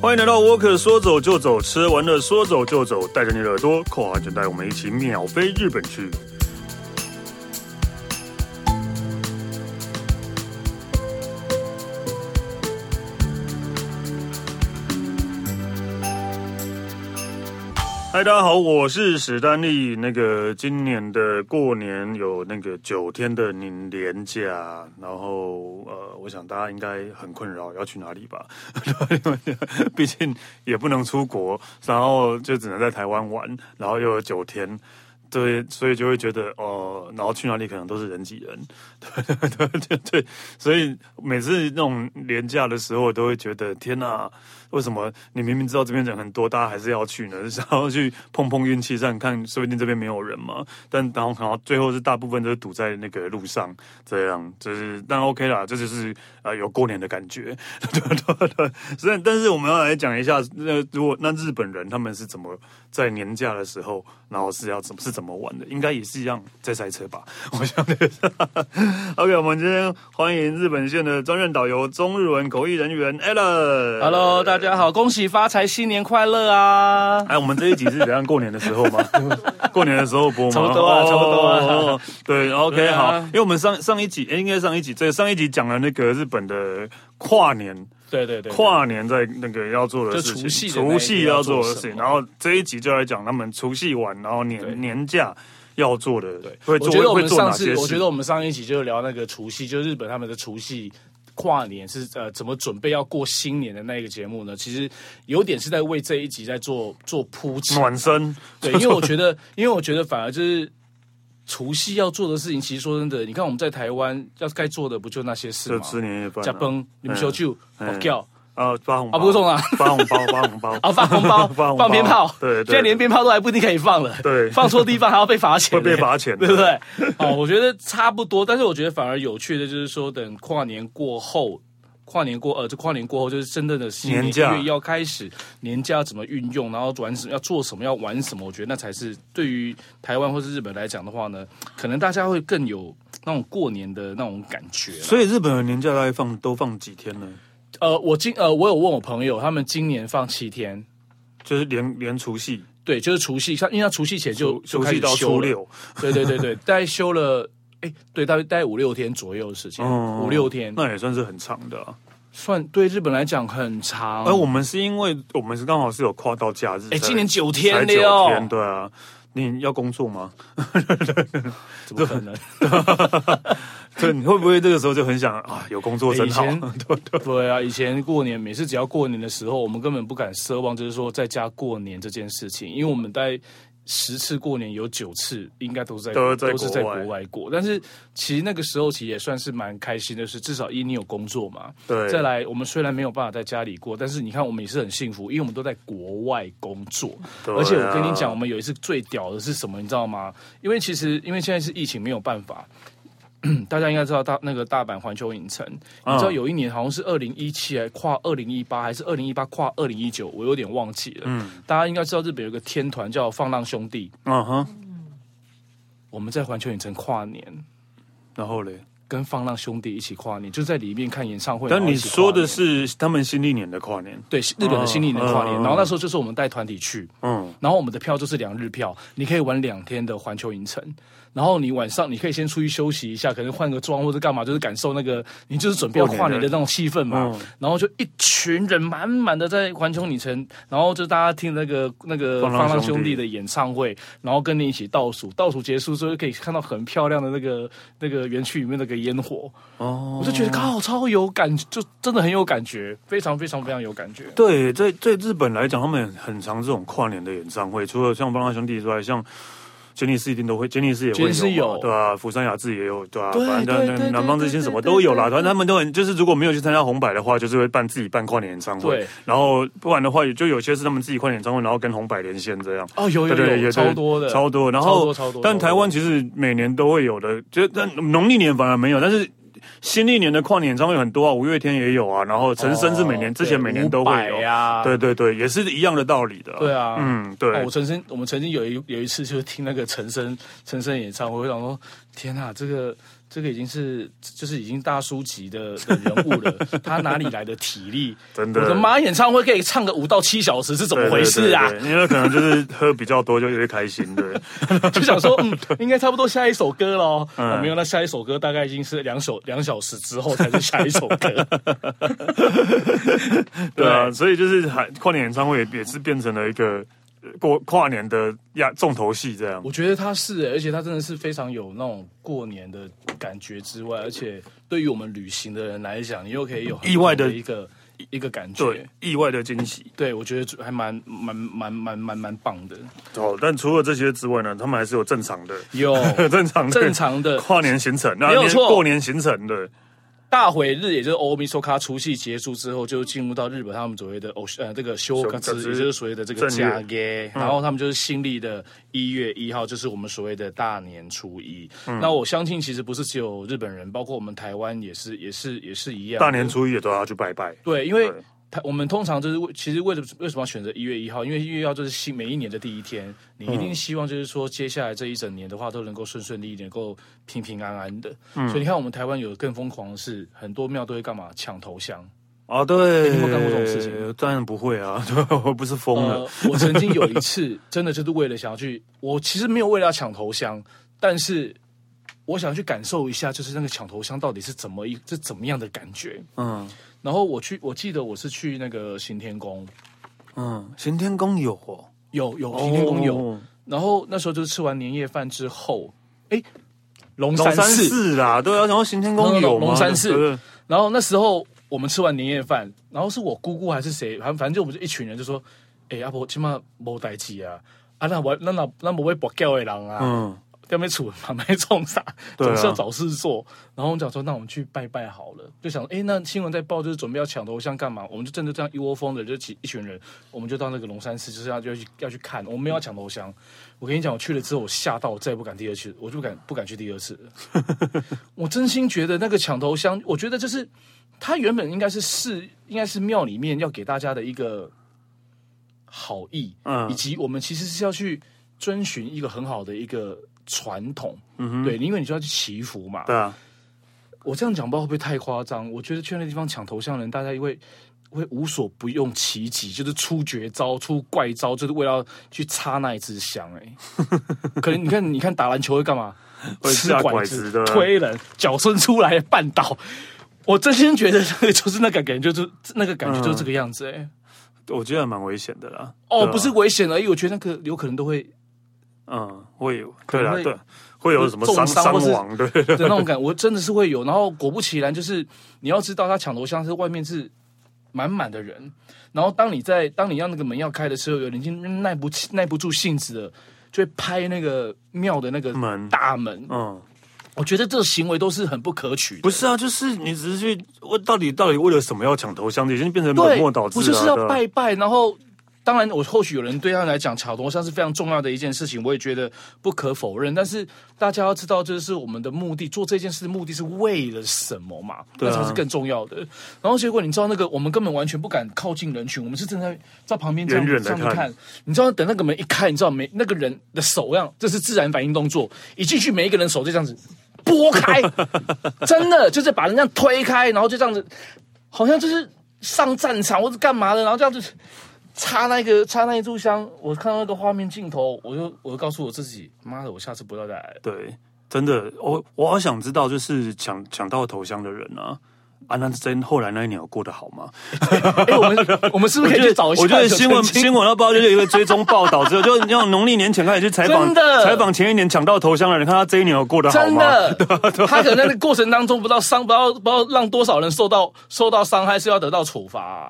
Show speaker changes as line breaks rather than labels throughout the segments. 欢迎来到 Walker，说走就走，吃完了说走就走，带着你的耳朵，扣好安全带，我们一起秒飞日本去。嗨，大家好，我是史丹利。那个今年的过年有那个九天的年年假，然后呃，我想大家应该很困扰要去哪里吧， 毕竟也不能出国，然后就只能在台湾玩，然后又有九天。对，所以就会觉得哦，然后去哪里可能都是人挤人， 对对对对对，所以每次那种廉价的时候，我都会觉得天哪，为什么你明明知道这边人很多，大家还是要去呢？ 想要去碰碰运气站，看说不定这边没有人嘛。但然后看到最后是大部分都是堵在那个路上，这样就是但 OK 啦，这就是呃有过年的感觉， 对对对。所以但是我们要来讲一下，那、如果那日本人他们是怎么在年假的时候，然后是要怎么是怎么玩的？应该也是一样在赛车吧？我想的是。OK，我们今天欢迎日本线的专任导游、中日文口译人员 Alan。
Hello，大家好，恭喜发财，新年快乐啊！
哎，我们这一集是怎样？过年的时候吗？过年的时候播吗？
差不多啊
哦
差不多啊
哦对，OK，
对啊
好，因为我们上上一集，哎应该上一集，这上一集讲了那个日本的跨年，
对对对，
跨年在那个要做的
就
事情，
除夕的那
除
一天
夕
要
要
做
做的
什
事情，
么
然后这一集就来讲他们除夕晚，然后年年假要做的，
对，
会
我觉得
做
我
会
们
做哪
上
些
次，我觉
事
得？我们上一集就聊那个除夕，就日本他们的除夕跨年是呃怎么准备要过新年的那个节目呢？其实有点是在为这一集在做做铺陈。
暖身，
对，因为我觉得，因为我觉得反而就是除夕要做的事情，其实说真的，你看我们在台湾要该做的不就那些事
就
吗？
吃年夜饭啊，
加崩、你们
嗯
小酒、
嗯
跑掉
啊，发红包
啊，不是送啊。
发红 包，发红包，，
啊，发红 包
发红包
放鞭炮，
对对
现在连鞭炮都还不一定可以放了，
对
放错地方还要被罚钱，
会被罚钱
对 不对？哦，我觉得差不多，但是我觉得反而有趣的就是说，等跨年过后。跨年过，呃，这跨年过后就是真正的新年
年假
一月要开始，年假怎么运用，然后玩什么，要做什么，要玩什么，我觉得那才是对于台湾或是日本来讲的话呢，可能大家会更有那种过年的那种感觉啦。
所以日本的年假大概放都放几天呢？
呃，我今呃，我有问我朋友，他们今年放七天，
就是连连除夕，
对，就是除夕，像因为他除夕前就
除
就开
夕
始
到
休
初
了，
六，
对对对对，大概休了，哎，对，大概大概五六天左右的时间，
嗯
五六天，
那也算是很长的、啊。
算对日本来讲很长。
哎而我们是因为我们是刚好是有跨到假日，
嗯
才
哎，今年九
才
天了
九
哟，
天，对啊。你要工作吗？
怎么可能？
对，你会不会这个时候就很想啊，有工作真
哎以
好？
前对啊，以前过年每次只要过年的时候，我们根本不敢奢望，就是说在家过年这件事情，因为我们在十次过年有九次应该都是在
都是在
是在
国外
国外过，但是其实那个时候其实也算是蛮开心的是，至少一你有工作嘛，
对，
再来，我们虽然没有办法在家里过，但是你看，我们也是很幸福，因为我们都在国外工作。
对啊
而且我跟你讲，我，们有一次最屌的是什么，你知道吗？因为其实因为现在是疫情，没有办法。 大家应该知道大那个大阪环球影城，
嗯
你知道有一年好像是二零一七还跨二零一八，还是二零一八跨二零一九，我有点忘记了。
嗯
大家应该知道日本有一个天团叫放浪兄弟，
嗯哼，
我们在环球影城跨年，
然后嘞，
跟放浪兄弟一起跨年，就在里面看演唱会。然
但
后
你
一起跨
说的
年
是他们新历年的跨年，
对日本的新历年跨年，
嗯嗯
然后那时候就是我们带团体去，
嗯，
然后我们的票就是两日票，你可以玩两天的环球影城，然后你晚上你可以先出去休息一下，可能换个妆或者干嘛，就是感受那个你就是准备要跨年的那种气氛嘛。
嗯
然后就一群人满满的在环球影城，然后就大家听那个那个
放浪
放浪
兄弟
兄弟的演唱会，然后跟你一起倒数，倒数结束之后就可以看到很漂亮的那个那个园区里面那个烟火，
哦，
我就觉得靠超有感，就真的很有感觉，非常非常非常有感觉。
对，在在日本来讲，他们很常这种跨年的演唱会，除了像帮他兄弟之外，像杰尼斯一定都会，杰尼斯也会
杰尼斯
有嘛
有
对啊，釜山雅治也有，对啊，
对
反
对
正
对
那
对
南方之星
对
什么
对
都有啦。
对对
反正他们都很，就是如果没有去参加红白的话，就是会办自己办跨年演唱会
对，
然后不然的话，也就有些是他们自己跨年演唱会，然后跟红白连线这样。
哦，有
对对
有
也
有，超多的，
超多。然
超
后
多超多
但
超多
台湾其实每年都会有的，就但农历年反而没有，但是。新历年的跨年演唱会很多啊，五月天也有啊，然后陈升是每年、
哦
之前
对
每年都会有
500，呀，
对对对，也是一样的道理的。
对啊
嗯，
哦
对
我，曾经我们曾经有一有一次就是听那个陈升陈升演唱会，我想说天啊，这个这个已经是就是已经大叔级的的人物 了，他哪里来的体力？
真
我的
的。
妈！演唱会可以唱个五到七小时是怎么回事啊？
对？对对对因为可能就是喝比较多就有点开心，对，
就想说，嗯，应该差不多下一首歌喽。
嗯
哦没有，那下一首歌大概已经是两首两小时之后才是下一首歌。
对啊，所以就是还跨年演唱会也是变成了一个呃过跨年的压重头戏这样
我。觉得他是、欸而且他真的是非常有那种过年的感觉之外，而且对于我们旅行的人来讲，你又可以有很
意外的
不同一个一个感觉。
对，意外的惊 喜。
对，我觉得还蛮蛮蛮蛮蛮蛮棒 的。
哦，但除了这些之外呢，他们还是有正常的、
有
正常的、
正常的
跨年行程，那
没有
年
错
过年行程的，
大毁日，也就是欧米索卡除夕结束之后，就进入到日本他们所谓的欧呃这个休
休
嘎
嘎
之，
之
也就是所谓的这个
正月嗯
假耶。然后他们就是新历的一月一号，就是我们所谓的大年初一。
嗯
那我相信，其实不是只有日本人，包括我们台湾也是，也是，也是一样的。
大年初一也都要去拜拜。
对，因为
对
台我们通常就是为其实为什么为什么要选择一月一号？因为一月一号就是新每一年的第一天，你一
嗯
定希望就是说接下来这一整年的话都能够顺顺利利，能够平平安安的。
嗯
所以你看，我们台湾有更疯狂的是，很多庙都会干嘛抢头香。
啊，对，
你有没有干过这种事情？
当然不会啊，对我不是疯了
呃，我曾经有一次 真的就是为了想要去，我其实没有为了要抢头香，但是我想去感受一下，就是那个抢头香到底是怎么一是怎么样的感觉。
嗯
然后我去，我记得我是去那个行天宫，
嗯，行天宫有哦，
有有行天宫有。
哦
然后那时候就是吃完年夜饭之后，哎，龙
龙
山
山
寺。
寺啦，对啊，然后行天宫有吗？
龙山寺
对
然后那时候我们吃完年夜饭，然后是我姑姑还是谁，反反正我们就一群人就说，哎，阿婆起码无代志啊，啊那我那那那不会跋筊的人啊，
嗯，
在那边处旁边冲啥，
对啊
总是要找事做。然后我们讲说，那我们去拜拜好了，就想，哎，那新闻在报，就是准备要抢头香干嘛？我们就真的这样一窝蜂的，就几一群人，我们就到那个龙山寺，就是要就要去要去看，我们没有要抢 头香。我跟你讲，我去了之后，我吓到，我再也不敢第二次，我就不敢不敢去第二次了。我真心觉得那个抢头香，我觉得就是它原本应该是寺，应该是庙里面要给大家的一个好意，
嗯
以及我们其实是要去遵循一个很好的一个传统，对，因为你就要去祈福嘛。
嗯对啊，
我这样讲不知道会不会太夸张？我觉得去那地方抢头像的人，大家会会无所不用其极，就是出绝招、出怪招，就是为了去插那一支香、 哎，可能你看，你看打篮球会干嘛？
会
吃
下
拐
拐子
子、
的
推人、脚伸出来绊倒。我真心觉得那个就是那个感觉，就是那个感觉就是这个样子、哎、
我觉得还蛮危险的啦。
哦，
嗯对啊
不是，危险而已，我觉得那个有可能都会
嗯，会有，对啦
可能会，
对，会有什么
重
伤
伤
伤
或是
亡？ 对对对
的那种感，我真的是会有。然后果不其然，就是你要知道，他抢头香是外面是满满的人，然后当你在当你让那个门要开的时候，有人已经耐不起耐不住性子了，就会拍那个庙的那个
门
大门。
嗯，
我觉得这个行为都是很不可取的。
不是啊，就是你只是去为到底到底为了什么要抢头香，已经变成
对，
本末倒置
不
了。
就是要
对啊
拜拜？然后，当然，我或许有人对他来讲，巧头像是非常重要的一件事情，我也觉得不可否认。但是大家要知道，这是我们的目的，做这件事的目的是为了什么嘛？
对啊
那才是更重要的。然后结果你知道，那个我们根本完全不敢靠近人群，我们是正在在旁边这样
远远地
这样子
看
看。你知道，等那个门一开，你知道没？那个人的手这样，这是自然反应动作，一进去，每一个人手就这样子。拨 开，真的就是把人家推开，然后就这样子，好像就是上战场或者干嘛的，然后这样子插那个插那一炷香。我看到那个画面镜头，我就我就告诉我自己，妈的，我下次不要再来 了。
对，真的，我我好想知道，就是抢抢到头香的人啊。啊，那真后来那一年有过得好吗？
哎，我们我们是不是可以去找一下？
我觉得新闻
曾经
新闻要报就是有一个追踪报道，之后就用农历年前开始去采访，
真的
采访前一年抢到头香的人，看他这一年有过得 好吗？啊
真的，他可能在那个过程当中不知道伤，不知道不知道让多少人受到受到伤害，是要得到处罚 啊、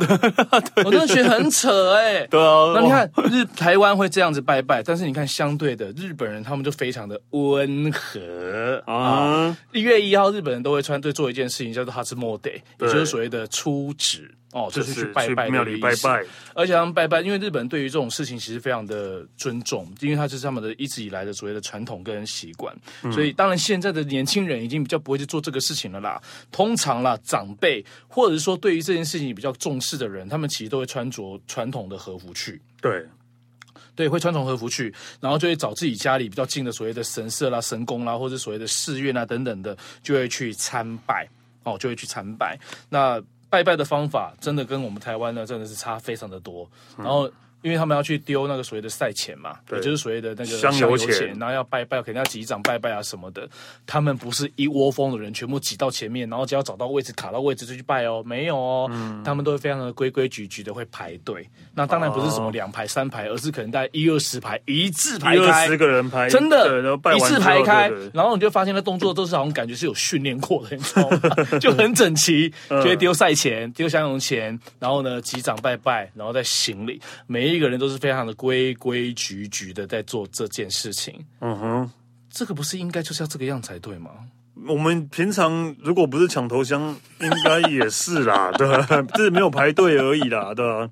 我真的觉得很扯哎、
对啊，
那你看日台湾会这样子拜拜，但是你看相对的日本人他们就非常的温和
哇
啊。
啊，
一月一号，日本人都会穿对做一件事情叫做 Hatsumode，也
对
就是所谓的初值哦，就
就是
去
是
拜
去
拜的
庙里
意
拜
思
拜，
而且他们拜拜，因为日本对于这种事情其实非常的尊重，因为它是他们的一直以来的所谓的传统跟习惯，所以当然现在的年轻人已经比较不会去做这个事情了啦。通常啦，长辈或者是说对于这件事情比较重视的人，他们其实都会穿着传统的和服去。
对，
对，会穿重和服去，然后就会找自己家里比较近的所谓的神社啦、神宫啦，或者所谓的寺院啊等等的，就会去参拜，哦，就会去参拜。那拜拜的方法真的跟我们台湾呢真的是差非常的多，
嗯
然后。因为他们要去丢那个所谓的赛钱嘛，也就是所谓的那个
香油
油
钱
然后要拜拜，肯定要击掌拜拜啊什么的。他们不是一窝蜂的人，全部挤到前面，然后只要找到位置、卡到位置就去拜哦，没有哦，
嗯
他们都会非常的规规矩矩的会排队。那当然不是什么两排、三排，而是可能在一二十排一字排
一
开
二十。个人排，
真
对然后
的
拜，完
一
之
字
后
排开
对对，对
然后你就发现那动作都是好像感觉是有训练过的，你知道 吗？就很整齐，
嗯
就会丢赛前，丢香油钱，然后呢击掌拜拜，然后再行礼，每一个人都是非常的规规矩矩的在做这件事情。
嗯哼。
这个不是应该就是要这个样才对吗？
我们平常如果不是抢头香，应该也是啦， 对吧，这没有排队而已啦，对啊吧？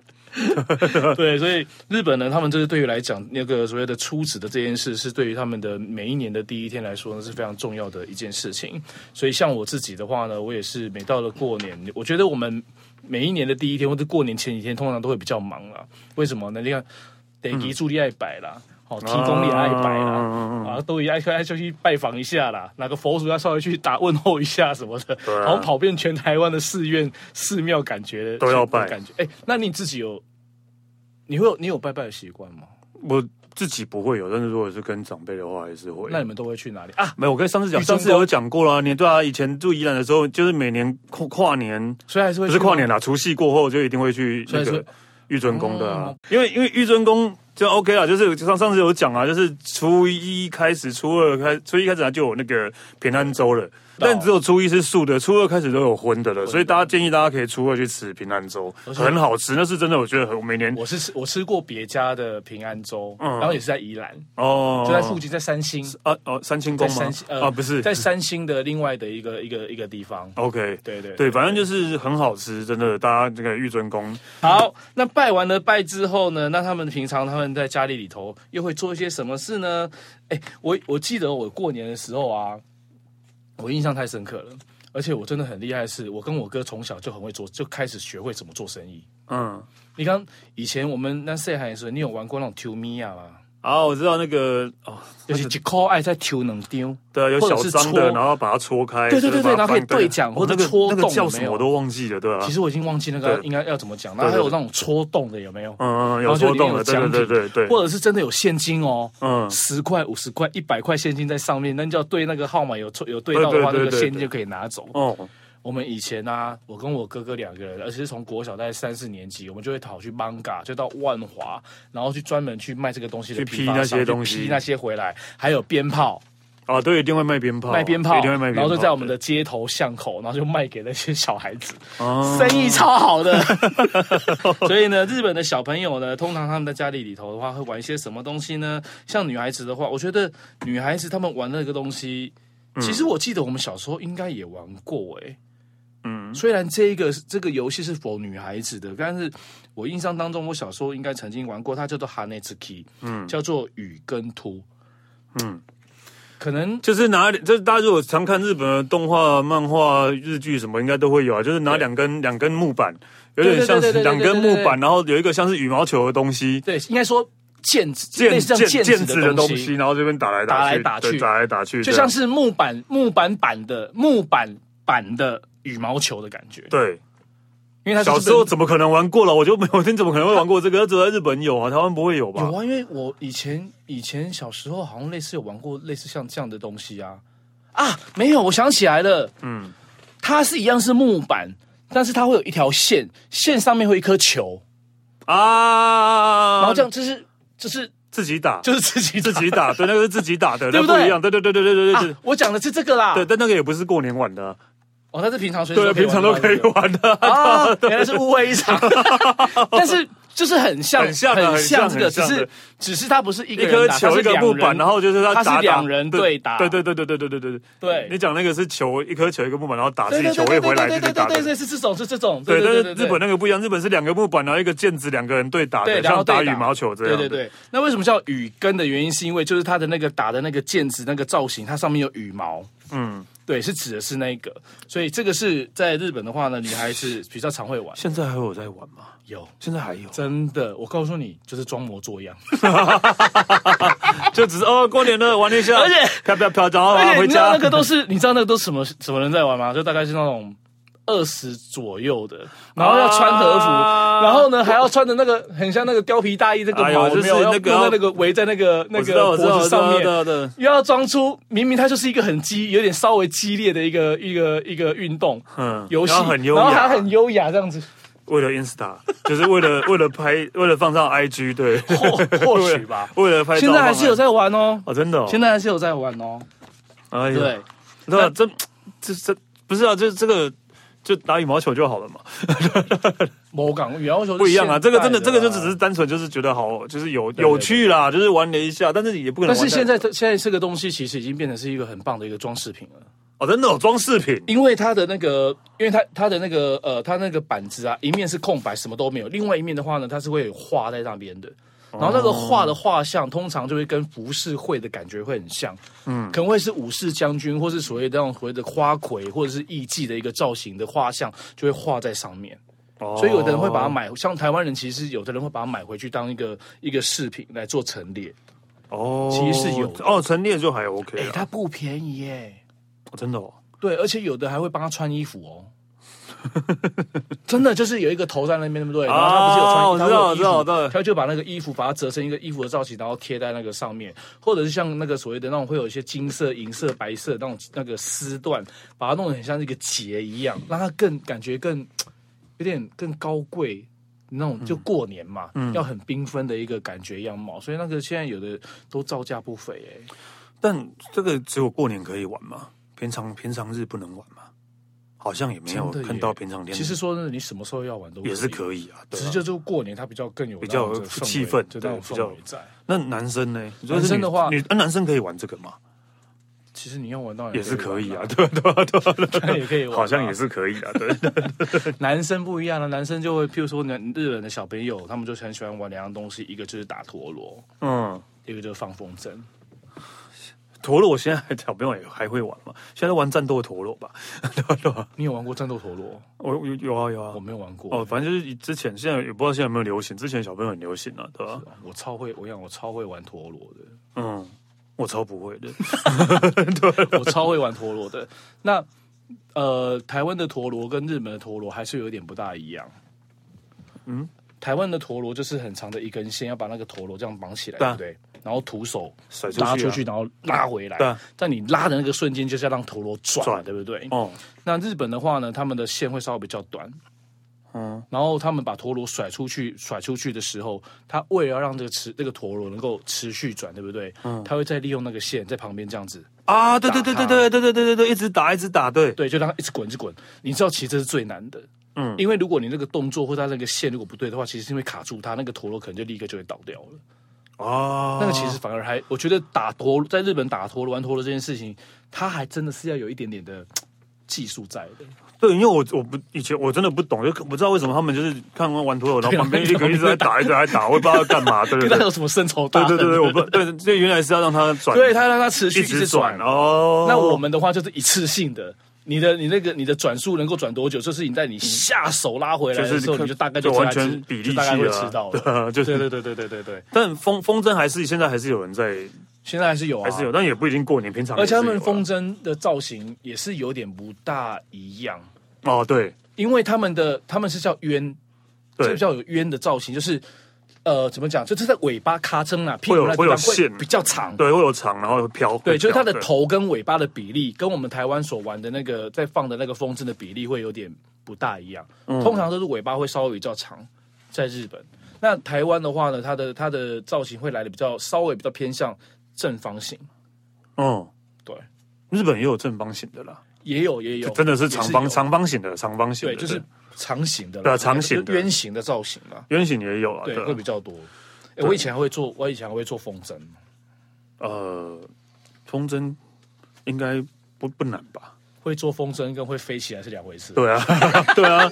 对，所以日本人他们这是对于来讲，那个所谓的初职的这件事，是对于他们的每一年的第一天来说呢，是非常重要的一件事情。所以像我自己的话呢，我也是每到了过年，我觉得我们每一年的第一天或者过年前几天，通常都会比较忙啦。为什么呢？你看，得吉助力爱摆啦，哦好、提供力爱摆啦。
嗯
啊，都也爱爱就去拜访一下啦，哪个佛祖要稍微去打问候一下什么的，
对啊
然后跑遍全台湾的寺院、寺庙，感觉的
都要拜
感觉。哎、那你自己有，你会有你有拜拜的习惯吗？
我自己不会有，但是如果是跟长辈的话，还是会。
那你们都会去哪里啊？
没有，我跟上次讲，
雨中
上次有讲过啦。你对啊，以前住宜兰的时候，就是每年跨跨年，
所以还是会
不
去
是跨年
吗
啦，除夕过后就一定会去那
所以
个
是哦
玉尊宫的啊，因为因为玉尊宫就 OK 啦，就是上上次有讲啊，就是初一开始、初二开、初一开始它就有那个平安粥了，但只有初一是素的，初二开始都有荤的了，所以大家建议大家可以初二去吃平安粥，
且
很好吃，那是真的，我觉得很我每年
我是吃我吃过别家的平安粥，然后也是在宜兰，
嗯哦，
就在附近，在三星，
啊哦三清
在
宫吗
三星？呃
啊不是哦
在三星的另外的一个一个一个地方。
，OK
对对
对，反正就是很好吃，真的，大家这个玉尊宫。
好，那拜完了拜之后呢？那他们平常他们在家里里头又会做一些什么事呢？哎，我我记得我过年的时候啊，我印象太深刻了，而且我真的很厉害的是，我跟我哥从小就很会做，就开始学会怎么做生意。
嗯，
你刚以前我们那岁寒的时候，你有玩过那种 t 米啊吗？
啊，我知道那个哦，
就是一口爱在 t 能丢，
对，啊有
或者
小
是
张的，
戳
然后把它戳开，
对对对
就是把它
对然后可以
翻开
对讲
哦
或者
那个
戳
那个
洞
叫
有
什
没
么
有
我都忘记了，对啊吧、
其实我已经忘记那个
对
应该要怎么讲。然后还有那种戳洞的有没有？
嗯嗯，
然
有
后就
戳
里面
洞
有
的，对对
奖
对
品，
对对，
或者是真的有现金哦，
嗯
十块、五十块、一百块现金在上面，那你就要对那个号码有错有对到
对对
的话，
对
那个
对
现
对
金就可以拿走。
哦，
我们以前啊，我跟我哥哥两个人，而且是从国小大概三四年级，我们就会跑去 Manga，就到万华，然后去专门去卖这个东西的
去
批
批
发
那些
商去
东西
批那些回来，还有鞭炮，
啊，对，一定会卖鞭炮，
卖鞭炮，
一定会卖鞭炮，
然后就在我们的街头巷口，然后就卖给那些小孩子，
对哦
生意超好的。 所以呢，日本的小朋友呢，通常他们在家里里头的话，会玩一些什么东西呢？像女孩子的话，我觉得女孩子她们玩那个东西，其实我记得我们小时候应该也玩过、诶。
嗯
虽然这一个这个游戏是否女孩子的，但是我印象当中，我小时候应该曾经玩过，它叫做 h a n e z k i 嗯，叫做雨跟突，
嗯，
可能
就是拿，就是大家如果常看日本的动画、漫画、日剧什么，应该都会有啊。就是拿
对
两根两根木板，有
对
点像是
对对对对
两根
对对
木
对
板，然后有一个像是羽毛球的东西，
对，应该说毽子，
毽
类似像
毽
毽
毽子
子
的
的
东
东
西，
西，
然后这边打来
打
打
来
去，
打
对
去
打来打去，
就
这
像
样
是木板木板板的木板板的羽毛球的感觉，
对。
因为它是
小时候怎么可能玩过了？我就没有，你怎么可能会玩过这个？只有在日本有啊，台湾不会有吧？
有啊，因为我以前以前小时候好像类似有玩过类似像这样的东西啊啊，没有，我想起来了，
嗯，
它是一样是木板，但是它会有一条线，线上面会有一颗
嗯
球，
啊，
然后这样就是就是
自己打，
就是自己
自己打，对，那个是自己打的，
对
那
不
不
对
一样，对对对对对对
啊
对，
我讲的是这个啦，
对，但那个也不是过年玩的啊，
哦，它是平常随时
对，
都可以
平常都可以
玩到
玩
的
的啊。
啊， 原来是误会一场， 但是就是很像，
很像啊很像
这个，
很
只
像
是
的
只是它不是一个
一
人
颗
打
球，一个木板，然。后就是
它
他
是
打
两人对打
对对对对对对对对对。
对
你讲那个是球，一颗球一个木板，然后打
它
自
是
己
两
球
人
会
对
回
对对
来自
对对
己打
对对
的。
对，是这种是这种，
对，但
对
是
对
日本那个不一样，日本是两个木板，然后一个毽子，两个人对打
对，
的，
然后
像
对
打羽毛球这样。
对对对，那为什么叫雨根的原因，是因为就是它的那个打的那个毽子那个造型，它上面有羽毛。
嗯，
对，是指的是那一个。所以这个是在日本的话呢，女孩子比较常会玩。
现在还有在玩吗？
有，
现在还 有，
真的，我告诉你，就是装模作样。
就只是哦，过年 了玩一下，
而且
飘飘飘，然后
而且
回
你知道
家
那。 个都是，你知道那个都是什么什么人在玩吗？就大概是那种二十左右的，然后要穿和服，
啊
然后呢还要穿着那个很像那个貂皮大衣，这个
哎呦
毛有
就是
没有要
那个
弄在那个围在那个那
我知道，
个
我知道，
脖
我
子
知道，
上
我知
面。
道对对
又要装出明明它就是一个很激，有点稍微激烈的一个一个一个运动
嗯，
游戏，
然后很优
然后还
雅，
很优雅这样 子，
为了 Insta，就是为了 为了拍，为了放上 IG，对，
或或许 吧。
为了拍照。
现在还是有在玩哦，
哦，真的、哦，
现
在
在还是有在玩哦，
哎呀，
对。
那
那
这这这不是啊，这这个就打羽毛球就好了嘛，
某港羽毛球是
不一样啊。
现
这个
代
真的，这个就只
啦
是单纯就是觉得好，就是有
对
有趣啦，就是玩了一下，但是也不可能
但
玩太。
是现在这现在这个东西其实已经变成是一个很棒的一个装饰品了，
哦，真的有装饰品
因为它的那个，因为它它的那个呃，它那个板子啊，一面是空白，什么都没有；，另外一面的话呢，它是会有画在那边的。然后那个画的画像，通常就会跟浮世绘的感觉会很像，嗯，可能会是武士将军，或是所谓的那种所谓的花魁，或者是艺妓的一个造型的画像，就会画在上面。
哦，
所以有的人会把它买，像台湾人其实有的人会把它买回去当一个一个饰品来做陈列。
哦，
其实是有的
哦，陈列就还 OK
哎、
了，
它不便宜耶。
哦真的哦。
对，而且有的还会帮他穿衣服哦。真的就是有一个头在那边，对不对？然后他不是有穿，
哦我知道我知道我
他会有
知道
衣服他就把那个衣服把它折成一个衣服的造型，然后贴在那个上面，或者是像那个所谓的那种会有一些金色、银色、白色那种那个丝缎，把它弄得很像一个结一样，让它更感觉更有点更高贵。那种就过年嘛，
嗯
要很缤纷的一个感觉样貌，所以那个现在有的都造价不菲哎、
但这个只有过年可以玩吗？平常平常日不能玩吗？好像也没有
真的耶
看到平常天
其实说真的，你什么时候要玩都
嗯也是
以
可以啊，对
只
啊
是就是过年它比较更有
比较有
那种氛围
气氛
就那种
对比较
氛围在。
那男生呢？你说是
男生
女
的话
女啊男生可以玩这个吗？
其实你要玩到
也是可以啊，
玩
对啊对啊对啊对啊，
啊，也可以玩啊。
好像也是可以啊，对。
男生不一样了，男生就会，譬如说男日本的小朋友，他们就很喜欢玩两样东西，一个就是打陀螺，
嗯，
一个就是放风筝。
陀螺现在小朋友也还会玩嘛？现在都玩战斗陀螺吧？
你有玩过战斗陀螺？
我有有啊有
我
啊。
没有玩过。
哦，反正就是之前，现在也不知道现在有没有流行。之前小朋友很流行啊，对吧、
我超会，我讲我超会玩陀螺的。
嗯，我超不会的。
我超会玩陀螺的。那呃，台湾的陀螺跟日本的陀螺还是有点不大一样。
嗯
嗯，台湾的陀螺就是很长的一根线，要把那个陀螺这样绑起来，
对
对
啊
不对？然后徒手
甩出去啊
拉出去，然后拉回来。
对啊
但你拉的那个瞬间，就是要让陀螺转，
转
对不对？
哦，
那日本的话呢，他们的线会稍微比较短。
嗯
嗯，然后他们把陀螺甩出去，甩出去的时候，他为了要让这个持这个陀螺能够持续转，对不对？嗯，他会再利用那个线在旁边这样子
啊，对对
打
对对
它
对对对对对对，一直打一直打，对，
对，就让它一直滚，一直滚。你知道，其实这是最难的，
嗯
嗯，因为如果你那个动作或它那个线如果不对的话，其实是因为卡住它，那个陀螺可能就立刻就会倒掉了。
哦，
那个其实反而还，我觉得打陀在日本打陀螺玩陀螺这件事情，它还真的是要有一点点的技术在的。
对，因为我我不以前我真的不懂，就不知道为什么他们就是看玩陀螺，然后旁边一个一直在打，一直在打，我也不知道干嘛，对对
跟它
对
有什么深仇大
对
恨？
对对对，我不对，这原来是要让它转，
对它让它持续
一
一
直
直
转
转。
哦。
那我们的话就是一次性的。你的你那个你的转速能够转多久？就是你在你下手拉回来的时
嗯就
候，
是
你就大概
就
知道
完全
知
比例
就大概
去
会
了啊
知道
对啊
了。
就是
对对对对对对，
但风风筝还是现在还是有人在，
现在还是有啊，
还是有，但也不一定过年，平常
而且他们
也是有
风
啊
筝的造型也是有点不大一样，
哦对
因为他们的他们是叫鸳，
对
是叫有鸳的造型，就是呃怎么讲，就是在尾巴咔撑啊，屁股那地
会
方
有
会
线
比较长。
对，会有长，然后会飘，
对，
会
就是它
飘
的头跟尾巴的比例，跟我们台湾所玩的那个在放的那个风筝的比例会有点不大一样。
嗯
通常都是尾巴会稍微比较长，在日本。那台湾的话呢，它的它的造型会来的比较稍微比较偏向正方形，
对嗯，
对，
日本也有正方形的啦，
也有也有，
真的是长方
也有
长方形的长方形的，
对，就是长形的啦，
对啊长形的
就是圆形的造型啦，
圆形也有啊，
对，
对
会
啊
比较多。哎，我以前还会做，我以前还会做风筝，
呃，风筝应该不不难吧？
会做风筝跟会飞起来是两回事。
对啊， 对啊，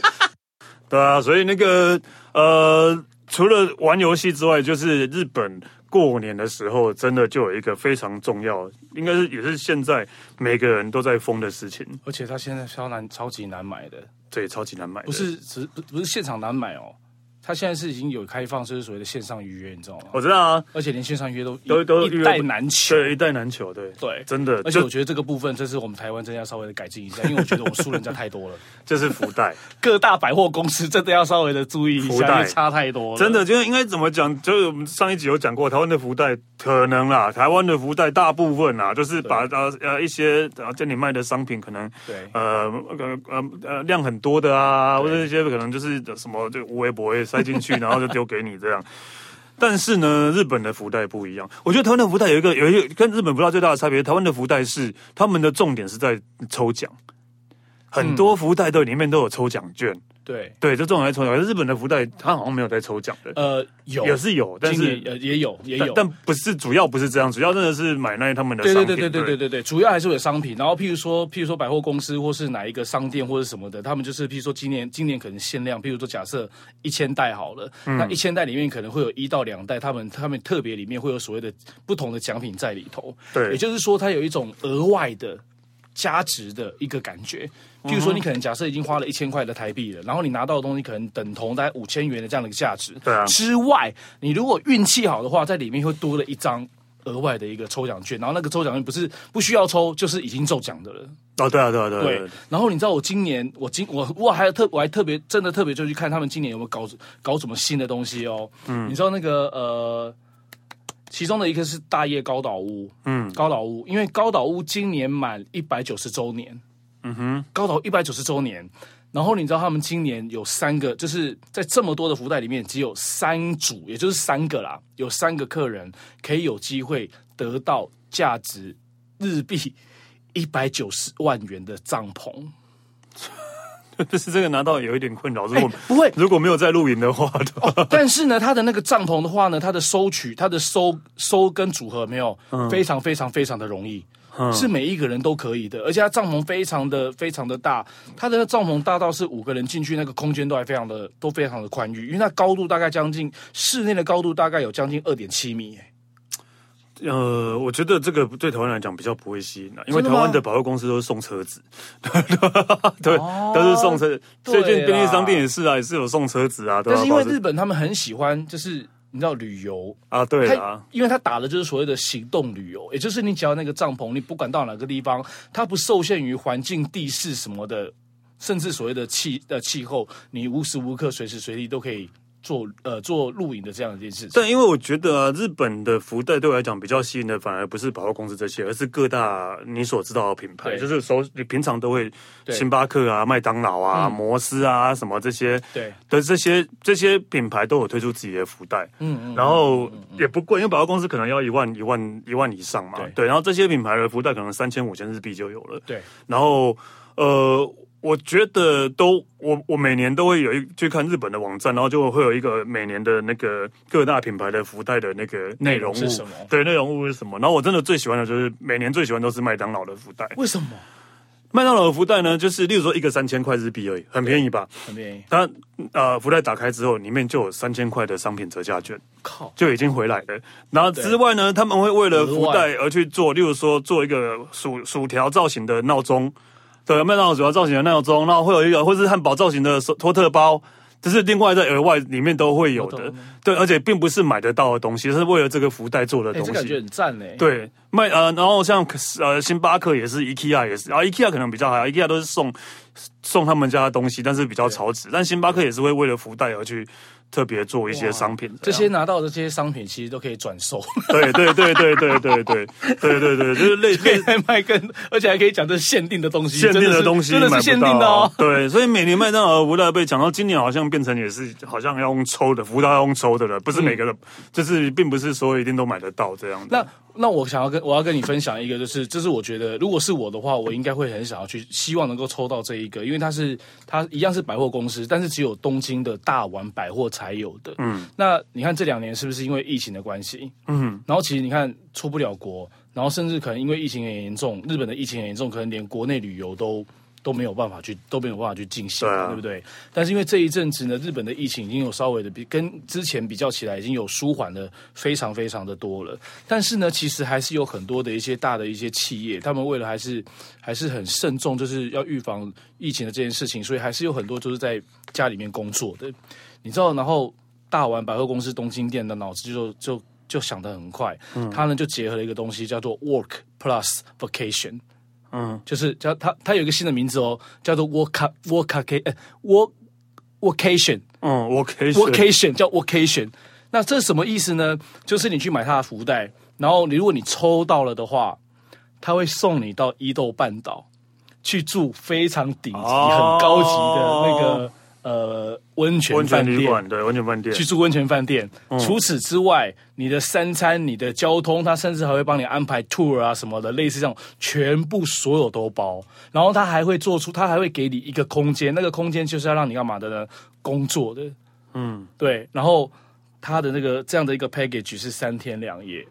对啊，所以那个呃，除了玩游戏之外，就是日本过年的时候，真的就有一个非常重要，应该是也是现在每个人都在疯的事情，
而且它现在超难、超级难买的，
这也超级难买的。
不是只不不是现场难买哦，它现在是已经有开放，就是所谓的线上预约，你知道吗？
我知道啊，
而且连线上约都
都都预约
一
不
代难求。
对，一代难求，对，
对
真的
而且
就
我觉得这个部分，这是我们台湾真的要稍微的改进 一下，因为我觉得我们输人家太多了。
就是福袋，
各大百货公司真的要稍微的注意一
福
下，
袋
因为差太多了。
真的就是应该怎么讲？就是我们上一集有讲过，台湾的福袋可能啦，台湾的福袋大部分啊，就是把呃呃一些呃店里卖的商品可能
对
呃呃呃呃量很多的啊，或者一些可能就是什么就无微不微塞 进去，然后就丢给你这样。但是呢，日本的福袋不一样。我觉得台湾的福袋有一个有一个跟日本福袋最大的差别，台湾的福袋是他们的重点是在抽奖，很多福袋都里面都有抽奖券。
对，
对，这种来抽奖，可是日本的福袋它好像没有在抽奖的，
呃，有
也是有，但
今
是
年呃也有也
但
有，
但不是主要不是这样，主要真的是买那他们的
对
商
对
品。
对对对对对对，主要还是有商品。然后譬如说，譬如说百货公司或是哪一个商店或者什么的，他们就是譬如说今年今年可能限量，譬如说假设一千袋好了，那
嗯
一千袋里面可能会有一到两袋，他们他们特别里面会有所谓的不同的奖品在里头。
对
也就是说，它有一种额外的。加值的一个感觉，譬
嗯
如说，你可能假设已经花了一千块的台币了，然后你拿到的东西可能等同大概五千元的这样的一个价值。
对啊
之外，你如果运气好的话，在里面会多了一张额外的一个抽奖券，然后那个抽奖券不是不需要抽，就是已经中奖的了。
哦，对啊对啊对啊
对
对啊，
然后你知道我今年我今我我还特我还特别真的特别就去看他们今年有没有搞搞什么新的东西哦。嗯，你知道那个呃，其中的一个是大叶高岛屋，
嗯
高岛屋，因为高岛屋今年满一百九十周年，
嗯哼，
高岛一百九十周年。然后你知道他们今年有三个，就是在这么多的福袋里面，只有三组，也就是三个啦，有三个客人可以有机会得到价值日币一百九十万元的帐篷。
就是这个拿到有一点困扰，如果、
不 会，
如果没有在露营的话的话，
但是呢，它的那个帐篷的话呢，它的收取、它的收收跟组合没有、
嗯
非常非常非常的容易，是每一个人都可以的，而且它帐篷非常的非常的大，它的帐篷大到是五个人进去那个空间都还非常的都非常的宽裕，因为它高度大概将近室内的高度大概有将近二点七米、哎
呃，我觉得这个对台湾来讲比较不会吸引啊，因为
真的
台
吗
湾的百货公司都是送车子， 对，都是送车。
哦
最
对啦
近便利商店也是啊，也是有送车子啊，对
但
吧
是因为
包子
日本他们很喜欢就是。你知道旅游，
啊，对
他
啊，
因为他打的就是所谓的行动旅游，也就是你只要那个帐篷，你不管到哪个地方，它不受限于环境、地势什么的，甚至所谓的气呃气候，你无时无刻、随时随地都可以做呃做露营的这样一件事情。
但因为我觉得啊，日本的福袋对我来讲比较吸引的，反而不是百货公司这些，而是各大你所知道的品牌，
对
就是手你平常都会
对嗯
星巴克啊、麦当劳啊、摩斯啊什么这些
对
的这些这些品牌都有推出自己的福袋，
嗯嗯
然后也不贵，因为百货公司可能要一万一万一万以上嘛，
对
对，然后这些品牌的福袋可能三千五千日币就有了，
对，
然后呃，我觉得都我我每年都会有一去看日本的网站，然后就会有一个每年的那个各大品牌的福袋的那个内容物
内容是什么
对，内容物是什么？然后我真的最喜欢的就是每年最喜欢都是麦当劳的福袋，
为什么
麦当劳的福袋呢，就是例如说一个三千块日币而已，很便宜吧？
很便宜？
它呃福袋打开之后，里面就有三千块的商品折价券。
靠，
就已经回来了。然后之外呢，他们会为了福袋而去做，例如说做一个薯薯条造型的闹钟，对，麦当劳薯条造型的闹钟，然后会有一个或是汉堡造型的手托特包。这是另外在额外里面都会有
我
的
哦懂，
对，而且并不是买得到的东西，是为了这个福袋做的
哎、
东
这感觉
西。
很赞哎、
对，卖呃，然后像呃星巴克也是，IKEA 也是，然后 IKEA 可能比较还好，IKEA 都是送送他们家的东西，但是比较超值。但星巴克也是会为了福袋而去特别做一些商品，
这
样
些拿到的这些商品其实都可以转售，
对对对对对对对对对对，就是类
可以
类
还卖更，而且还可以讲这是限定的东 西，
限定
真
的
是
东西
真的
买
是限
不
定的
到啊
哦。。
对，所以每年麦当劳的福袋被抢到，今年好像变成也是好像要用抽的福袋要用抽的了，不是每个人，就是并不是说一定都买得到这样的。
嗯那那我想要跟我要跟你分享一个，就是这是我觉得，如果是我的话，我应该会很想要去，希望能够抽到这一个，因为它是它一样是百货公司，但是只有东京的大丸百货才有的。嗯，那你看这两年是不是因为疫情的关系？嗯，然后其实你看出不了国，然后甚至可能因为疫情很严重，日本的疫情很严重，可能连国内旅游都。都没有办法去都没有办法去进行，
对啊
对不对？但是因为这一阵子呢，日本的疫情已经有稍微的比跟之前比较起来，已经有舒缓的非常非常的多了。但是呢，其实还是有很多的一些大的一些企业，他们为了还是还是很慎重，就是要预防疫情的这件事情，所以还是有很多就是在家里面工作的，你知道？然后大丸百货公司东京店的脑子就就就想得很快，
嗯
他呢就结合了一个东西叫做 work plus vacation。
嗯，
就是叫它它有一个新的名字哦，叫做 work work 呃 work vacation
嗯，我可以
vacation 叫 vacation。那这是什么意思呢？就是你去买它的福袋，然后你如果你抽到了的话，它会送你到伊豆半岛去住非常顶级、
哦
很高级的那个呃温泉
温
饭
泉
店。
旅馆，对，温泉饭店嗯
去，住温泉饭店。除此之外，你的三餐、你的交通，他甚至还会帮你安排 tour 啊什么的，类似这种，全部所有都包。然后他还会做出，他还会给你一个空间，那个空间就是要让你干嘛的呢？工作的，
嗯，
对。然后他的那个这样的一个 package 是三天两夜，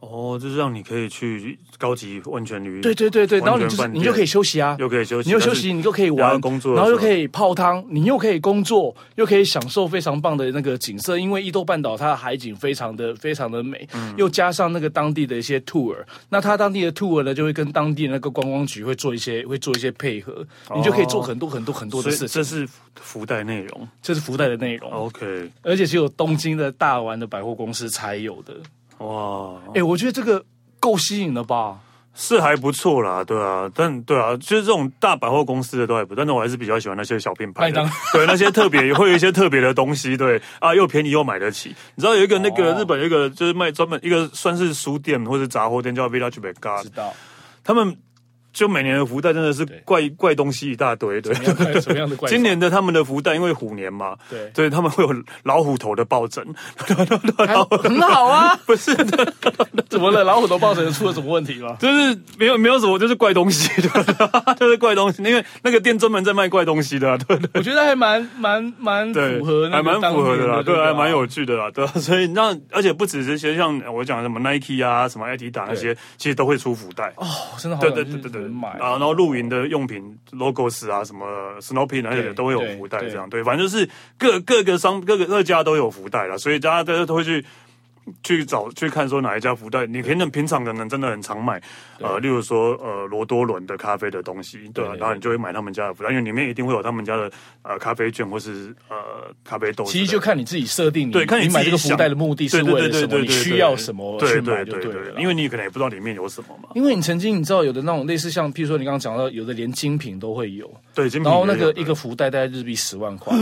哦，就是让你可以去高级温泉旅，
对对对对，然后你
温泉
就是
饭店
你就可以休息啊，
又可以休息，
你又休息，你又可以
然后
玩
工作的
然后又
时候
可以泡汤，你又可以工作，又可以享受非常棒的那个景色，因为伊豆半岛它的海景非常的非常的美，
嗯
又加上那个当地的一些 tour，那它当地的 tour 呢就会跟当地那个观光局会做一些会做一些配合，你就可以做很多很多很多
但
的
哦是，所以
事
哦
情，
这是福袋内容。
这是福袋的内容，
OK，
而且只有东京的大丸的百货公司才有的，
哇，
哎、我觉得这个够吸引了吧？
是还不错啦，对啊，但对啊，就是这种大百货公司的都还不，但是我还是比较喜欢那些小品牌
麦
的
当，
对那些特别会有一些特别的东西，对啊，又便宜又买得起。你知道有一个那个、
哦
日本有一个就是卖专门一个算是书店或者杂货店叫 Village b e g a
知道
他们就每年的福袋真的是怪怪东西一大堆，对。
什么样的什么样的怪兽？
今年的他们的福袋，因为虎年嘛，
对
对他们会有老虎头的抱 枕，
很好 啊，
不是
怎么了？老虎头抱枕出了什么问题 吗？
就是没有没有什么，就是怪东西的， 就是怪东西，因为那个店专门在卖怪东西的、啊，对对
我觉得还蛮蛮蛮
对，
符合那
还
个
蛮
当
符合
年
的
的
啦，
这
对，
个啊
还蛮有趣的啦，对啊， 所以那而且不止这些，像我讲的什么 Nike 啊、什么艾迪达那些，其实都会出福袋。
哦，真的好
对
想
对对对对，
去买
啊，然后露营的用品 logos 啊，什么 Snowpin 那些
对
都会有
对
福袋，
对
这样对，反正就是各各个商各个各家都有福袋啦，所以大家大家都会去。去找去看说哪一家福袋，你可能平常可能真的很常买，呃，例如说呃罗多伦的咖啡的东西，对啊，
对对
然后你就会买他们家的福袋，因为里面一定会有他们家的呃咖啡券或是呃咖啡豆之类的。
其实就看你自己设定，你
对看你
你买
自己
这个福
想
袋的目的是为了什么，你需要什么去
对
买就
对
对了啦。
因为你可能也不知道里面有什么嘛。
因为你曾经你知道有的那种类似像，譬如说你刚刚讲到有的连精品都会有，
对，精品
然后那
嗯也有
个一个福袋大概日币十 万块，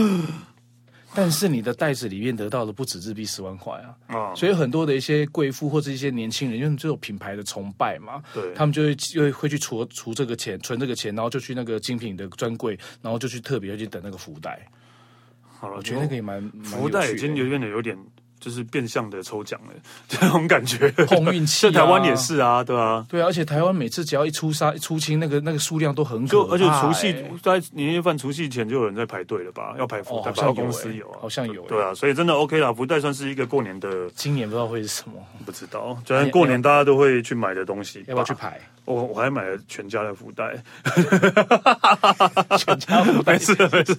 但是你的袋子里面得到的不止日币十万块啊。
啊，
所以很多的一些贵妇或者一些年轻人，因为这种品牌的崇拜嘛，
对
他们就会就会会去储储这个钱，存这个钱，然后就去那个精品的专柜，然后就去特别去等那个福袋。
好了，
我觉得那个也蛮蛮有
哦福袋已
趣
经
的
有点有点就是变相的抽奖了， 这种感觉。
碰运气、
在
啊，
台湾也。是啊，对啊。
对啊，而且台湾每次只要一出杀一出清，那个那个数量都很
就
可怕、
而且除夕
欸
在年夜饭除夕前就有人在排队了吧？要排福
哦，
袋，百
好
货
像
公
有、
司
欸，
有啊
好。像有、欸。
对啊，所以真的 OK 啦，福袋算是一个过年的，
今年不知道会是什么，
不知道，虽然过年大家都会去买的东西吧。
哎要不要去排？
我我还买了全家的福袋，
全家福袋，
是没事，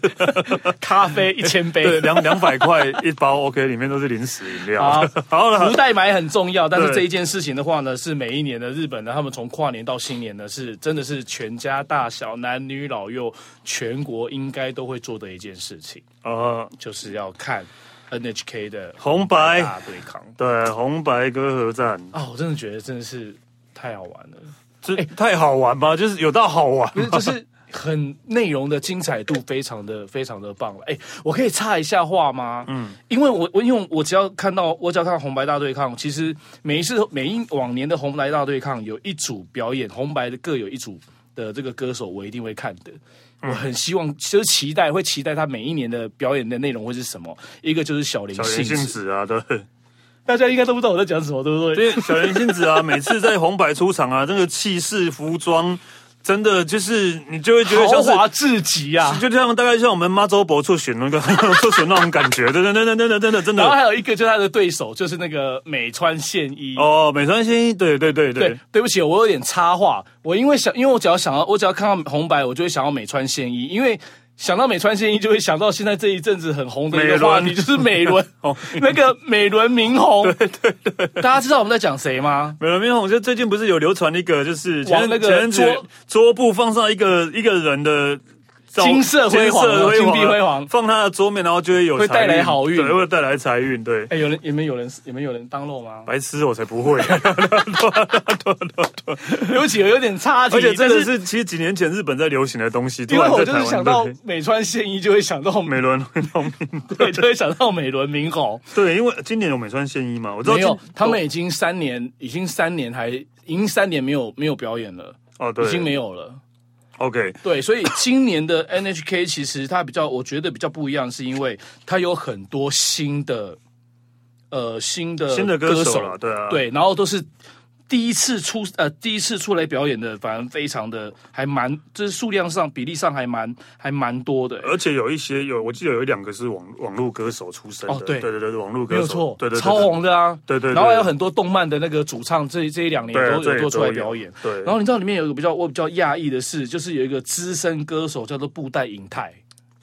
咖啡一千杯。
对，两两百块一包，OK，里面都是零食饮料
好。
好了，
福袋买很重要，但是
对
这一件事情的话呢，是每一年的日本呢，他们从跨年到新年呢，是真的是全家大小、男女老幼，全国应该都会做的一件事情，
呃，
就是要看 NHK 的
红白
大对抗。
对红白歌合战，
啊，我真的觉得真的是太好玩了，
这
哎
太好玩吧？就是有到好玩
不是就是很内容的精彩度非常的非常的棒了。哎，我可以插一下话吗？嗯，因为我我因为我只要看到我只要看到红白大对抗，其实每一次每一往年的红白大对抗有一组表演，红白的各有一组的这个歌手，我一定会看的。我很希望，就是期待，会期待他每一年的表演的内容会是什么。一个就是小林
小
幸
林幸
子，
子啊，对，
大家应该都不知道我在讲什么，对不对？
因为小林幸子啊，每次在红白出场啊，那个气势、服装。真的就是你就会觉得
豪
像是
华至极啊！
就像大概像我们妈周伯出选那个 出选那种感觉，真的真的真的真的真
然后
的。
还有一个就是他的对手，就是那个美川宪一。
哦，美川新一，对对对
对
对，，
对不起，我有点插话。我因为想，因为我只要想到，我只要看到红白，我就会想到美川宪一，因为想到美川宪一，就会想到现在这一阵子很红的一
美
个
轮
话题，就是美 轮那个美轮明宏。对对对，大家知道我们在讲谁吗？
美轮明宏就最近不是有流传一个，就是前
往那个
前阵子
桌
桌布放上一个一个人的照。
金色辉煌啊
金色辉啊
金碧辉煌
放他的桌面，然后就会有
会带来
财
好运
对，会带来财运，对。
哎，有人有没有人有没有人当漏吗？
白痴，我才不 会。
对不起，我有点差题，
而且真的
但
是，其实几年前日本在流行的东西，突
因为
然
我
在
就
台
是
湾
想到
对
美川宪一，就会想到美，
美轮运 动。
对，就会想到美轮明宏。
对，因为今年有美川宪一嘛，我知道
没有
今，
他们已经三年，已经三年还已经三年没有没有表演了，
哦，对，
已经没呃有了。
OK，
对，所以今年的 NHK 其实它比较，我觉得比较不一样，是因为它有很多新的，呃，新的
新的歌手了，对啊，
对，然后都是第一次出呃第一次出来表演的，反而非常的还蛮，就是数量上比例上还蛮还蛮多的、
而且有一些有，我记得有一两个是网网络歌手出身的，
哦对
对对对，网络歌
没
手，
有错，
对对对
超，红的啊，
对对对，
然后还有
对
很多动漫的那个主唱，这这一两年
对啊
都
这
有
也
做出来
都有
表演。
对，
然后你知道里面有一个比较我比较讶异的是，就是有一个资深歌手叫做布袋银泰，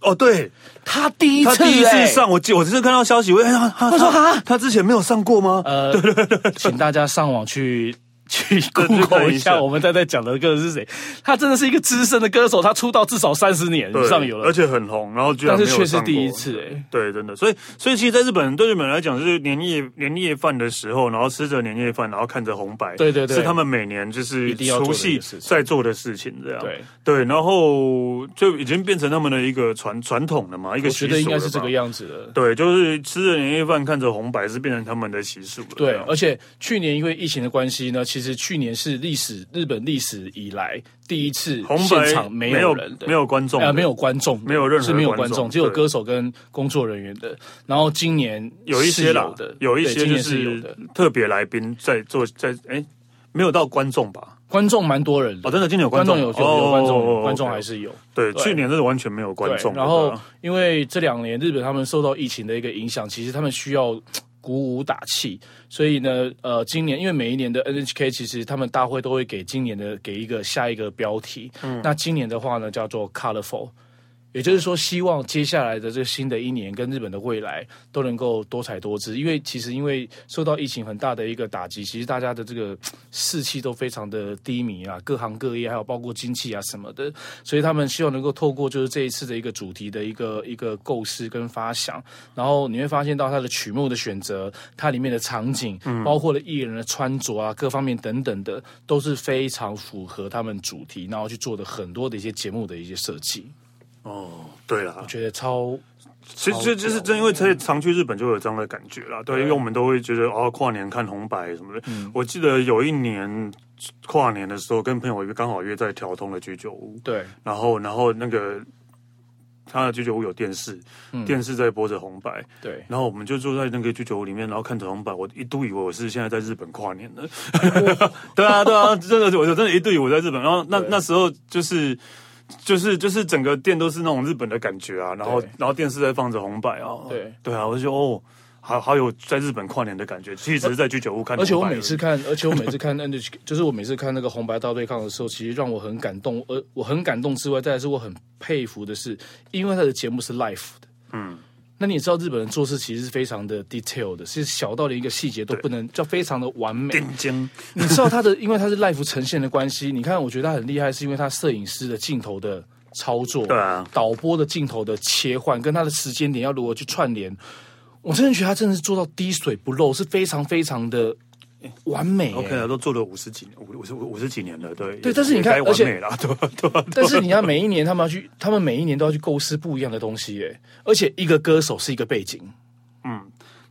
哦对，
他第一
他
次、
第一次
欸，
上，我记我只是看到消息，我哎他他
我说
他
哈
他之前没有上过吗？
呃， 请大家上网去。去
对去
Google
看一
一
下
下，我们在在讲的歌是谁？他真的是一个资深的歌手，他出道至少三十年
对
以上有了
而，且很红，然后居然
但
没
是
有
却是
上过
第一次哎、
对，真的，所以所以其实，在日本对日本人来讲，就是年夜年夜饭的时候，然后吃着年夜饭，然后看着红白，
对对对
是他们每年就是
一定要做
除
的
夕
一个事情
在做的事情，这样
对，
对，然后就已经变成他们的一个传传统了嘛，一个
我
习
觉
俗
得应该
了
是这
嘛
个样子的。
对，就是吃着年夜饭，看着红白，是变成他们的习俗了。
对
这，样
而且去年因为疫情的关系呢，其实去年是历史日本历史以来第一次
红
现
白
场没
没
有
有
人的，
没有观众的，
呃，没有观众的，
没有任何
是没有
观
观
众
众，只有
对
歌手跟工作人员的。然后今年
有一些
是
啦
有的，，
有一
对
些
今
就
年是有的，
特别来宾在做在哎，没有到观众吧？
观众蛮多人
哦，
的，
真的今年有哦
观众有有有观众，观众还
是
是有。
对，
对
去年真的完全没有观
对
众，，啊
然后因为这两年日本他们受到疫情的一个影响，其实他们需要。鼓舞打气，所以呢，呃，今年因为每一年的 NHK 其实他们大会都会给今年的给一个下一个标题，
嗯
那今年的话呢叫做 Colorful，也就是说，希望接下来的这新的一年跟日本的未来都能够多彩多姿，因为其实因为受到疫情很大的一个打击，其实大家的这个士气都非常的低迷啊，各行各业还有包括经济啊什么的，所以他们希望能够透过就是这一次的一个主题的一个一个构思跟发想，然后你会发现到它的曲目的选择，它里面的场景，包括了艺人的穿着啊，各方面等等的，都是非常符合他们主题，然后去做的很多的一些节目的一些设计，
哦，对啦
我，觉得超
其实就就是真因为常常去日本就有这样的感觉啦，对，因为我们都会觉得哦，跨年看红白什么的。
嗯
我记得有一年跨年的时候，跟朋友约刚好约在条通的居酒屋，
对
然后然后那个他的居酒屋有电视，
嗯
电视在播着红白，。
对
然后我们就坐在那个居酒屋里面，然后看彩虹版。我一度以为我是现在在日本跨年的， 对啊，对啊，真的，我真的一度以为我在日本。然后那
对
那时候就是就是就是整个店都是那种日本的感觉啊，然后
对
然后电视在放着红白啊，
对
对啊，我就觉得哦，好好有在日本跨年的感觉。其实只是在居酒屋看红白已
而且
经，
我每次看，而且我每次看 NHK，就是我每次看那个红白大对抗的时候，其实让我很感动。而我很感动之外，再来是我很佩服的是，因为他的节目是 live 的，嗯。那你也知道日本人做事其实是非常的 detail 的，是小到连一个细节都不能叫非常的完美。
定睛，
你知道他的，因为他是 live 呈现的关系，你看，我觉得他很厉害，是因为他摄影师的镜头的操作，
对啊
导播的镜头的切换，跟他的时间点要如何去串联，我真的觉得他真的是做到滴水不漏，是非常非常的完美、
，OK 啊，都做了五十几年，五五十五十几年了，对
对
也
但是你
也
看
该
而
完
且
美了， 对吧？对吧？ 啊
但是你看，每一年他们要去，他们每一年都要去构思不一样的东西耶，而且一个歌手是一个背景，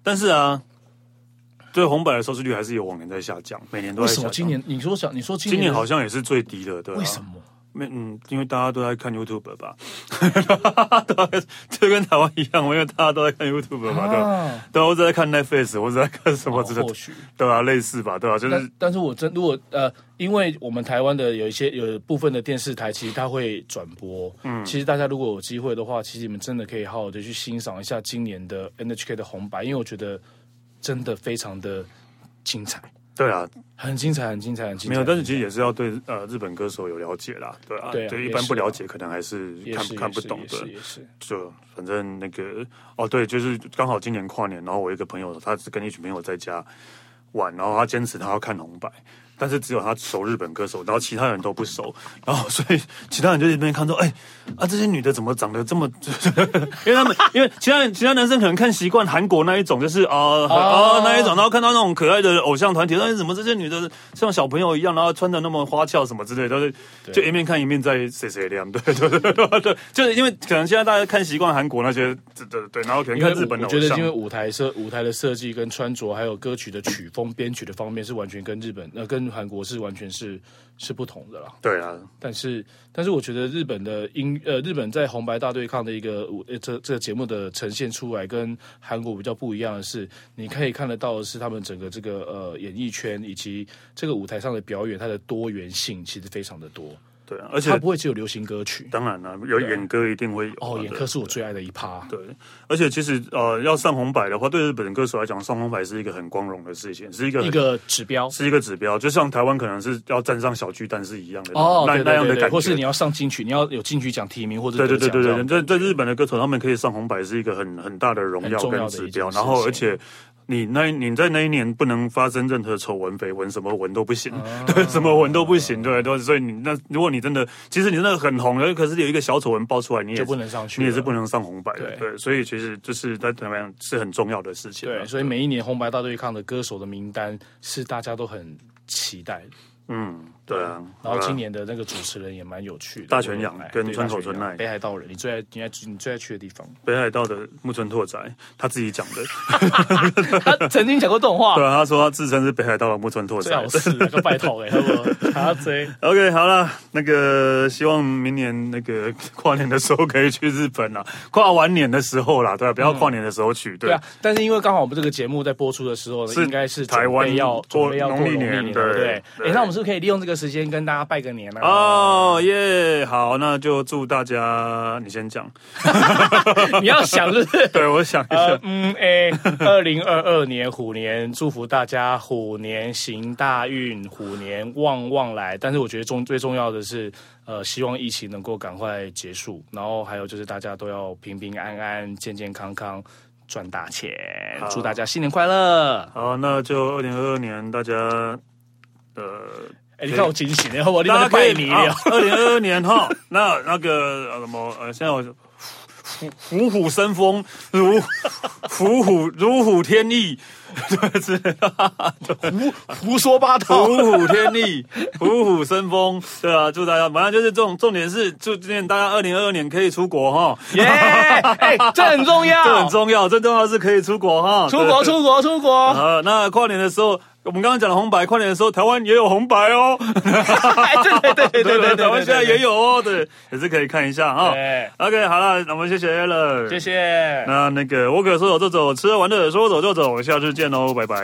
但是啊，对红白的收视率还是有往年在下降，每年都
为
在
什
下降
么今。年你说想你说今
今
年
年
的
好像也是最低的，对、啊，
为什么？
没嗯，因为大家都在看 YouTube 吧， 对就跟台湾一样，因为大家都在看 YouTube 嘛，对吧？
啊，
对啊，我只在看 Netflix，我只在看什么
哦
之类的
或，许。
对啊，类似吧，对啊，就是
但但是我真如果呃，因为我们台湾的有一些有部分的电视台，其实它会转播。嗯，其实大家如果有机会的话，其实你们真的可以好好的去欣赏一下今年的 NHK 的红白，因为我觉得真的非常的精彩，
对啊，
很精彩，很精彩，很精彩。
没有，但是
很
其实也是要对呃日本歌手有了解啦，对啊，
对啊
一
也
般不
是啊
了解可能还是
也
看
是
看
也
不
是
懂
也
的
是，也是。
就反正那个哦，对，就是刚好今年跨年，然后我一个朋友，他是跟一群朋友在家玩，然后他坚持他要看红白，但是只有他熟日本歌手，然后其他人都不熟，然后所以其他人就一边看说，哎、啊，这些女的怎么长得这么， 因为他们 因为其他人其他男生可能看习惯韩国那一种，就是啊啊、哦那一种，然后看到那种可爱的偶像团体，但是怎么这些女的像小朋友一样，然后穿的那么花俏什么之类的，但是就一面看一面在谁谁亮，对对对对对，就是因为可能现在大家看习惯韩国那些，对对对，然后可能
因为
看
我
日本的
我
偶
觉得
像
因为。舞台设舞台的设计跟穿着，还有歌曲的曲风、编曲的方面，是完全跟日本呃跟韩国是完全是是不同的啦。
对啊，
但是，但是我觉得日本的音呃，日本在红白大对抗的一个舞呃这这个节目的呈现出来，跟韩国比较不一样的是，你可以看得到的是他们整个这个呃演艺圈以及这个舞台上的表演，它的多元性其实非常的多，
对啊，而且
它不会只有流行歌曲。
当然了、啊有演歌一定会有
哦，
嘛
演
对
歌是我最爱的一趴。
对，而且其实呃，要上红白的话，对日本歌手来讲，上红白是一个很光荣的事情，是一个
一个指标
是一个指标，就像台湾可能是要站上小巨蛋是一样的
哦，
那
对
那
对
样的
对
感觉。
对，或是你要上金曲，你要有金曲奖提名或者
对对
得
对对
奖这
对，
样
在在日本的歌手，他们可以上红白是一个很很大的荣耀
很重要
跟
的
指
一
标。
件事
然
情
后，而且你那你在那一年不能发生任何丑闻、绯闻，什么文都不行，
哦
对，什么文都不行，对对。所以你那如果你真的，其实你真的很红了，可是有一个小丑闻爆出来，你也
就不能上去
你
了，
也是不能上红白的，
对
对。所以其实就是在台湾是很重要的事情啊。
对，所以每一年红白大对抗的歌手的名单是大家都很期待的。
嗯，对啊。
然后
好啦
今年的那个主持人也蛮有趣的，
大泉洋
我也很爱
跟
对
川口
大泉洋
春奈
北海道人，你最爱你爱你最爱去的 地方。
北海道的木村拓哉他自己讲的，
他曾经讲过这种话
对，啊，他说他自称是北海道的木村拓
最
哉
好。是那个拜托哎，他贼
OK，好了，那个希望明年那个跨年的时候可以去日本啦，跨完年的时候啦，对啊，不要跨年的时候去，对
对啊。但是因为刚好我们这个节目在播出的时候呢，
是
应该是
台湾
准备要
过
准备要过
农历
历
年
对
对
不对？
对
哎，那我们是不是可以利用这个时间跟大家拜个年啊？
哦耶好，那就祝大家，你先讲，
你要想是不是
对我想一下，
呃，嗯，哎、二零二二年虎年，祝福大家虎年行大运，虎年旺旺来。但是我觉得重最重要的是，呃，希望疫情能够赶快结束，然后还有就是大家都要平平安安、健健康康。赚大钱！祝大家新年快乐！
好，那就二零二二年大家，呃，
哎、你看我警醒，然后我立
大
马
家可
拜
以
你了。
二零二二年哈，那那个呃什么呃，现在我就虎虎虎生风，如虎虎如虎添翼，对，之类的。
胡胡说 八道，
虎虎添翼，虎虎生风，对啊，祝大家，反正就是重重点是，祝今年大家二零二二年可以出国哈，
耶！哎、这很重要，
这很重要，最重要的是可以出国哈，
出国，
对。
出国，出国！
呃，那跨年的时候，我们刚刚讲的红白，跨年的时候，台湾也有红白哦，
哎，对对对对对 对对，
台湾现在也
有。
有哦，对，也是可以看一下啊。
对
OK，好了，那我们谢谢 a l
谢。谢。
哦那那个我可说走就走，吃喝玩乐说走就走，下次见喽，拜拜。